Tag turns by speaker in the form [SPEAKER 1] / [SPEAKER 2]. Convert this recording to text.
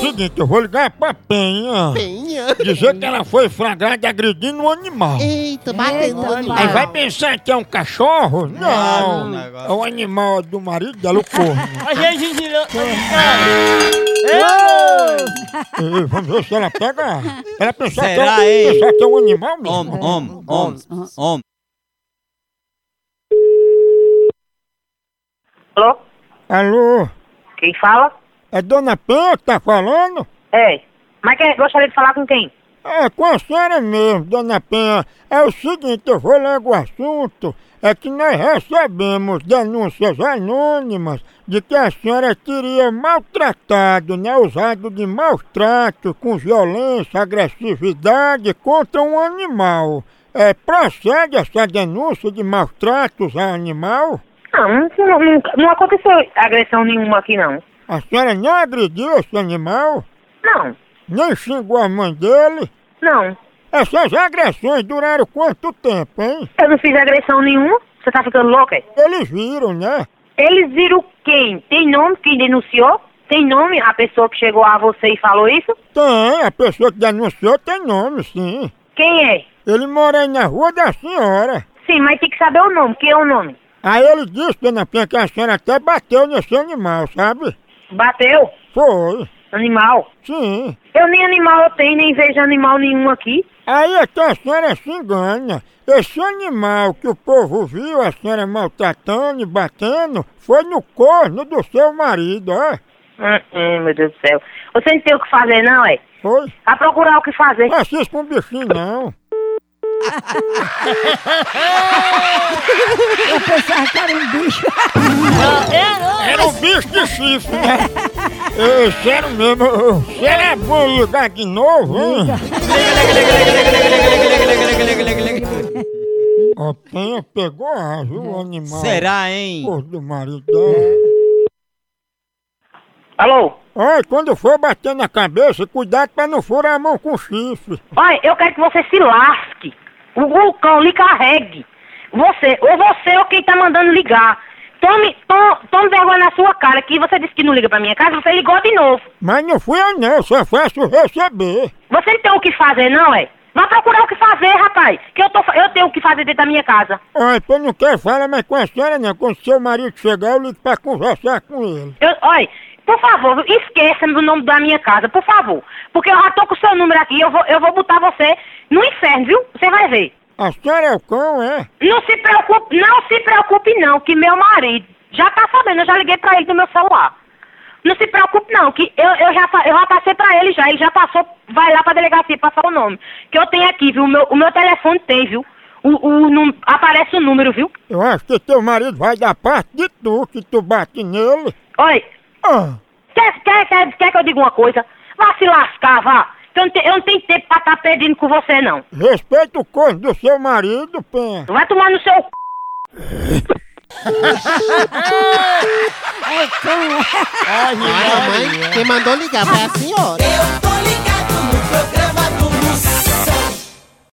[SPEAKER 1] seguinte, eu vou ligar pra Penha.
[SPEAKER 2] Penha.
[SPEAKER 1] Dizer que ela foi flagrada agredindo um animal.
[SPEAKER 2] Eita, batendo no
[SPEAKER 3] Eita,
[SPEAKER 2] animal.
[SPEAKER 1] Aí vai pensar que é um cachorro? Não.
[SPEAKER 4] não, não.
[SPEAKER 1] É um animal do marido dela, o corno.
[SPEAKER 3] A gente virou.
[SPEAKER 1] Ei, Vamos ver se ela pega. Ela pensou que,
[SPEAKER 4] Será,
[SPEAKER 1] é um-
[SPEAKER 4] hein?
[SPEAKER 1] pensar que é um animal mesmo.
[SPEAKER 4] Om, om, om, om.
[SPEAKER 5] Alô?
[SPEAKER 1] Alô?
[SPEAKER 5] Quem fala?
[SPEAKER 1] É Dona Penha que tá falando?
[SPEAKER 5] É. Mas quem, gostaria de falar com quem?
[SPEAKER 1] É, com a senhora mesmo, dona Penha. É o seguinte, eu vou logo o assunto. É que nós recebemos denúncias anônimas de que a senhora teria maltratado, né? Usado de maus tratos, com violência, agressividade contra um animal. É, procede essa denúncia de maus tratos a animal?
[SPEAKER 5] Não, não, não, não aconteceu agressão nenhuma aqui, não.
[SPEAKER 1] A senhora não agrediu esse animal?
[SPEAKER 5] Não,
[SPEAKER 1] Nem xingou a mãe dele?
[SPEAKER 5] não.
[SPEAKER 1] Essas agressões duraram quanto tempo, hein?
[SPEAKER 5] Eu não fiz agressão nenhuma. Você tá ficando louca? é?
[SPEAKER 1] Eles viram, né?
[SPEAKER 5] Eles viram quem? Tem nome quem denunciou? Tem nome a pessoa que chegou a você e falou isso?
[SPEAKER 1] Tem, a pessoa que denunciou tem nome, sim.
[SPEAKER 5] Quem é?
[SPEAKER 1] Ele mora aí na rua da senhora.
[SPEAKER 5] Sim, mas tem que saber o nome. Quem é o nome?
[SPEAKER 1] Aí ele disse, dona Penha, que a senhora até bateu nesse animal, sabe?
[SPEAKER 5] Bateu?
[SPEAKER 1] Foi,
[SPEAKER 5] Animal?
[SPEAKER 1] sim.
[SPEAKER 5] Eu nem animal eu tenho, nem vejo animal nenhum aqui.
[SPEAKER 1] Aí até a senhora se engana. Esse animal que o povo viu a senhora maltratando e batendo foi no corno do seu marido, ó.
[SPEAKER 5] Hum, hum, meu Deus do céu. Você não tem o que fazer, não, é?
[SPEAKER 1] Foi.
[SPEAKER 5] A procurar o que fazer.
[SPEAKER 1] Não assista com um bichinho, não.
[SPEAKER 3] Eu pensava que era um bicho.
[SPEAKER 1] Era um bicho de chifre, né? Ei, sério mesmo, ô, será bom ligar de novo, hein? A Penha pegou a viu, o animal.
[SPEAKER 4] Será, hein?
[SPEAKER 1] Pô, do marido dela.
[SPEAKER 5] Alô?
[SPEAKER 1] Olha, quando for bater na cabeça, cuidado pra não furar a mão com chifre.
[SPEAKER 5] Olha, eu quero que você se lasque. O vulcão lhe carregue. Você, ou você ou quem tá mandando ligar. Tome, to- tome vergonha na sua cara, que você disse que não liga pra minha casa, você ligou de novo.
[SPEAKER 1] Mas não fui eu não, só faço receber.
[SPEAKER 5] Você não tem o que fazer, não é? Vai procurar o que fazer, rapaz. Que eu, tô, fa- eu tenho o que fazer dentro da minha casa.
[SPEAKER 1] Olha, eu não quero falar mais com a senhora não. Quando seu marido chegar, eu ligo pra conversar com ele.
[SPEAKER 5] Eu, olha, por favor, esqueça do nome da minha casa, por favor. Porque eu já tô com o seu número aqui, eu vou, eu vou botar você no inferno, viu? Você vai ver.
[SPEAKER 1] A senhora é o cão, é?
[SPEAKER 5] Não se preocupe, não se preocupe não, que meu marido já tá sabendo, eu já liguei pra ele do meu celular. Não se preocupe não, que eu, eu, já, fa- eu já passei pra ele já, ele já passou, vai lá pra delegacia passar o nome. Que eu tenho aqui, viu, o meu, o meu telefone tem, viu, o, o, num- aparece o número, viu.
[SPEAKER 1] Eu acho que teu marido vai dar parte de tu, que tu bate nele.
[SPEAKER 5] Olha,
[SPEAKER 1] Ah,
[SPEAKER 5] quer, quer, quer, quer que eu diga uma coisa? Vá se lascar, vá, que eu não, te- eu não tenho tempo pra estar pedindo com você não.
[SPEAKER 1] respeita o corno do seu marido, Penha.
[SPEAKER 5] Vai tomar no seu c...
[SPEAKER 3] É cão.
[SPEAKER 2] Ai, a mãe, quem mandou ligar foi assim, a senhora.
[SPEAKER 6] Eu tô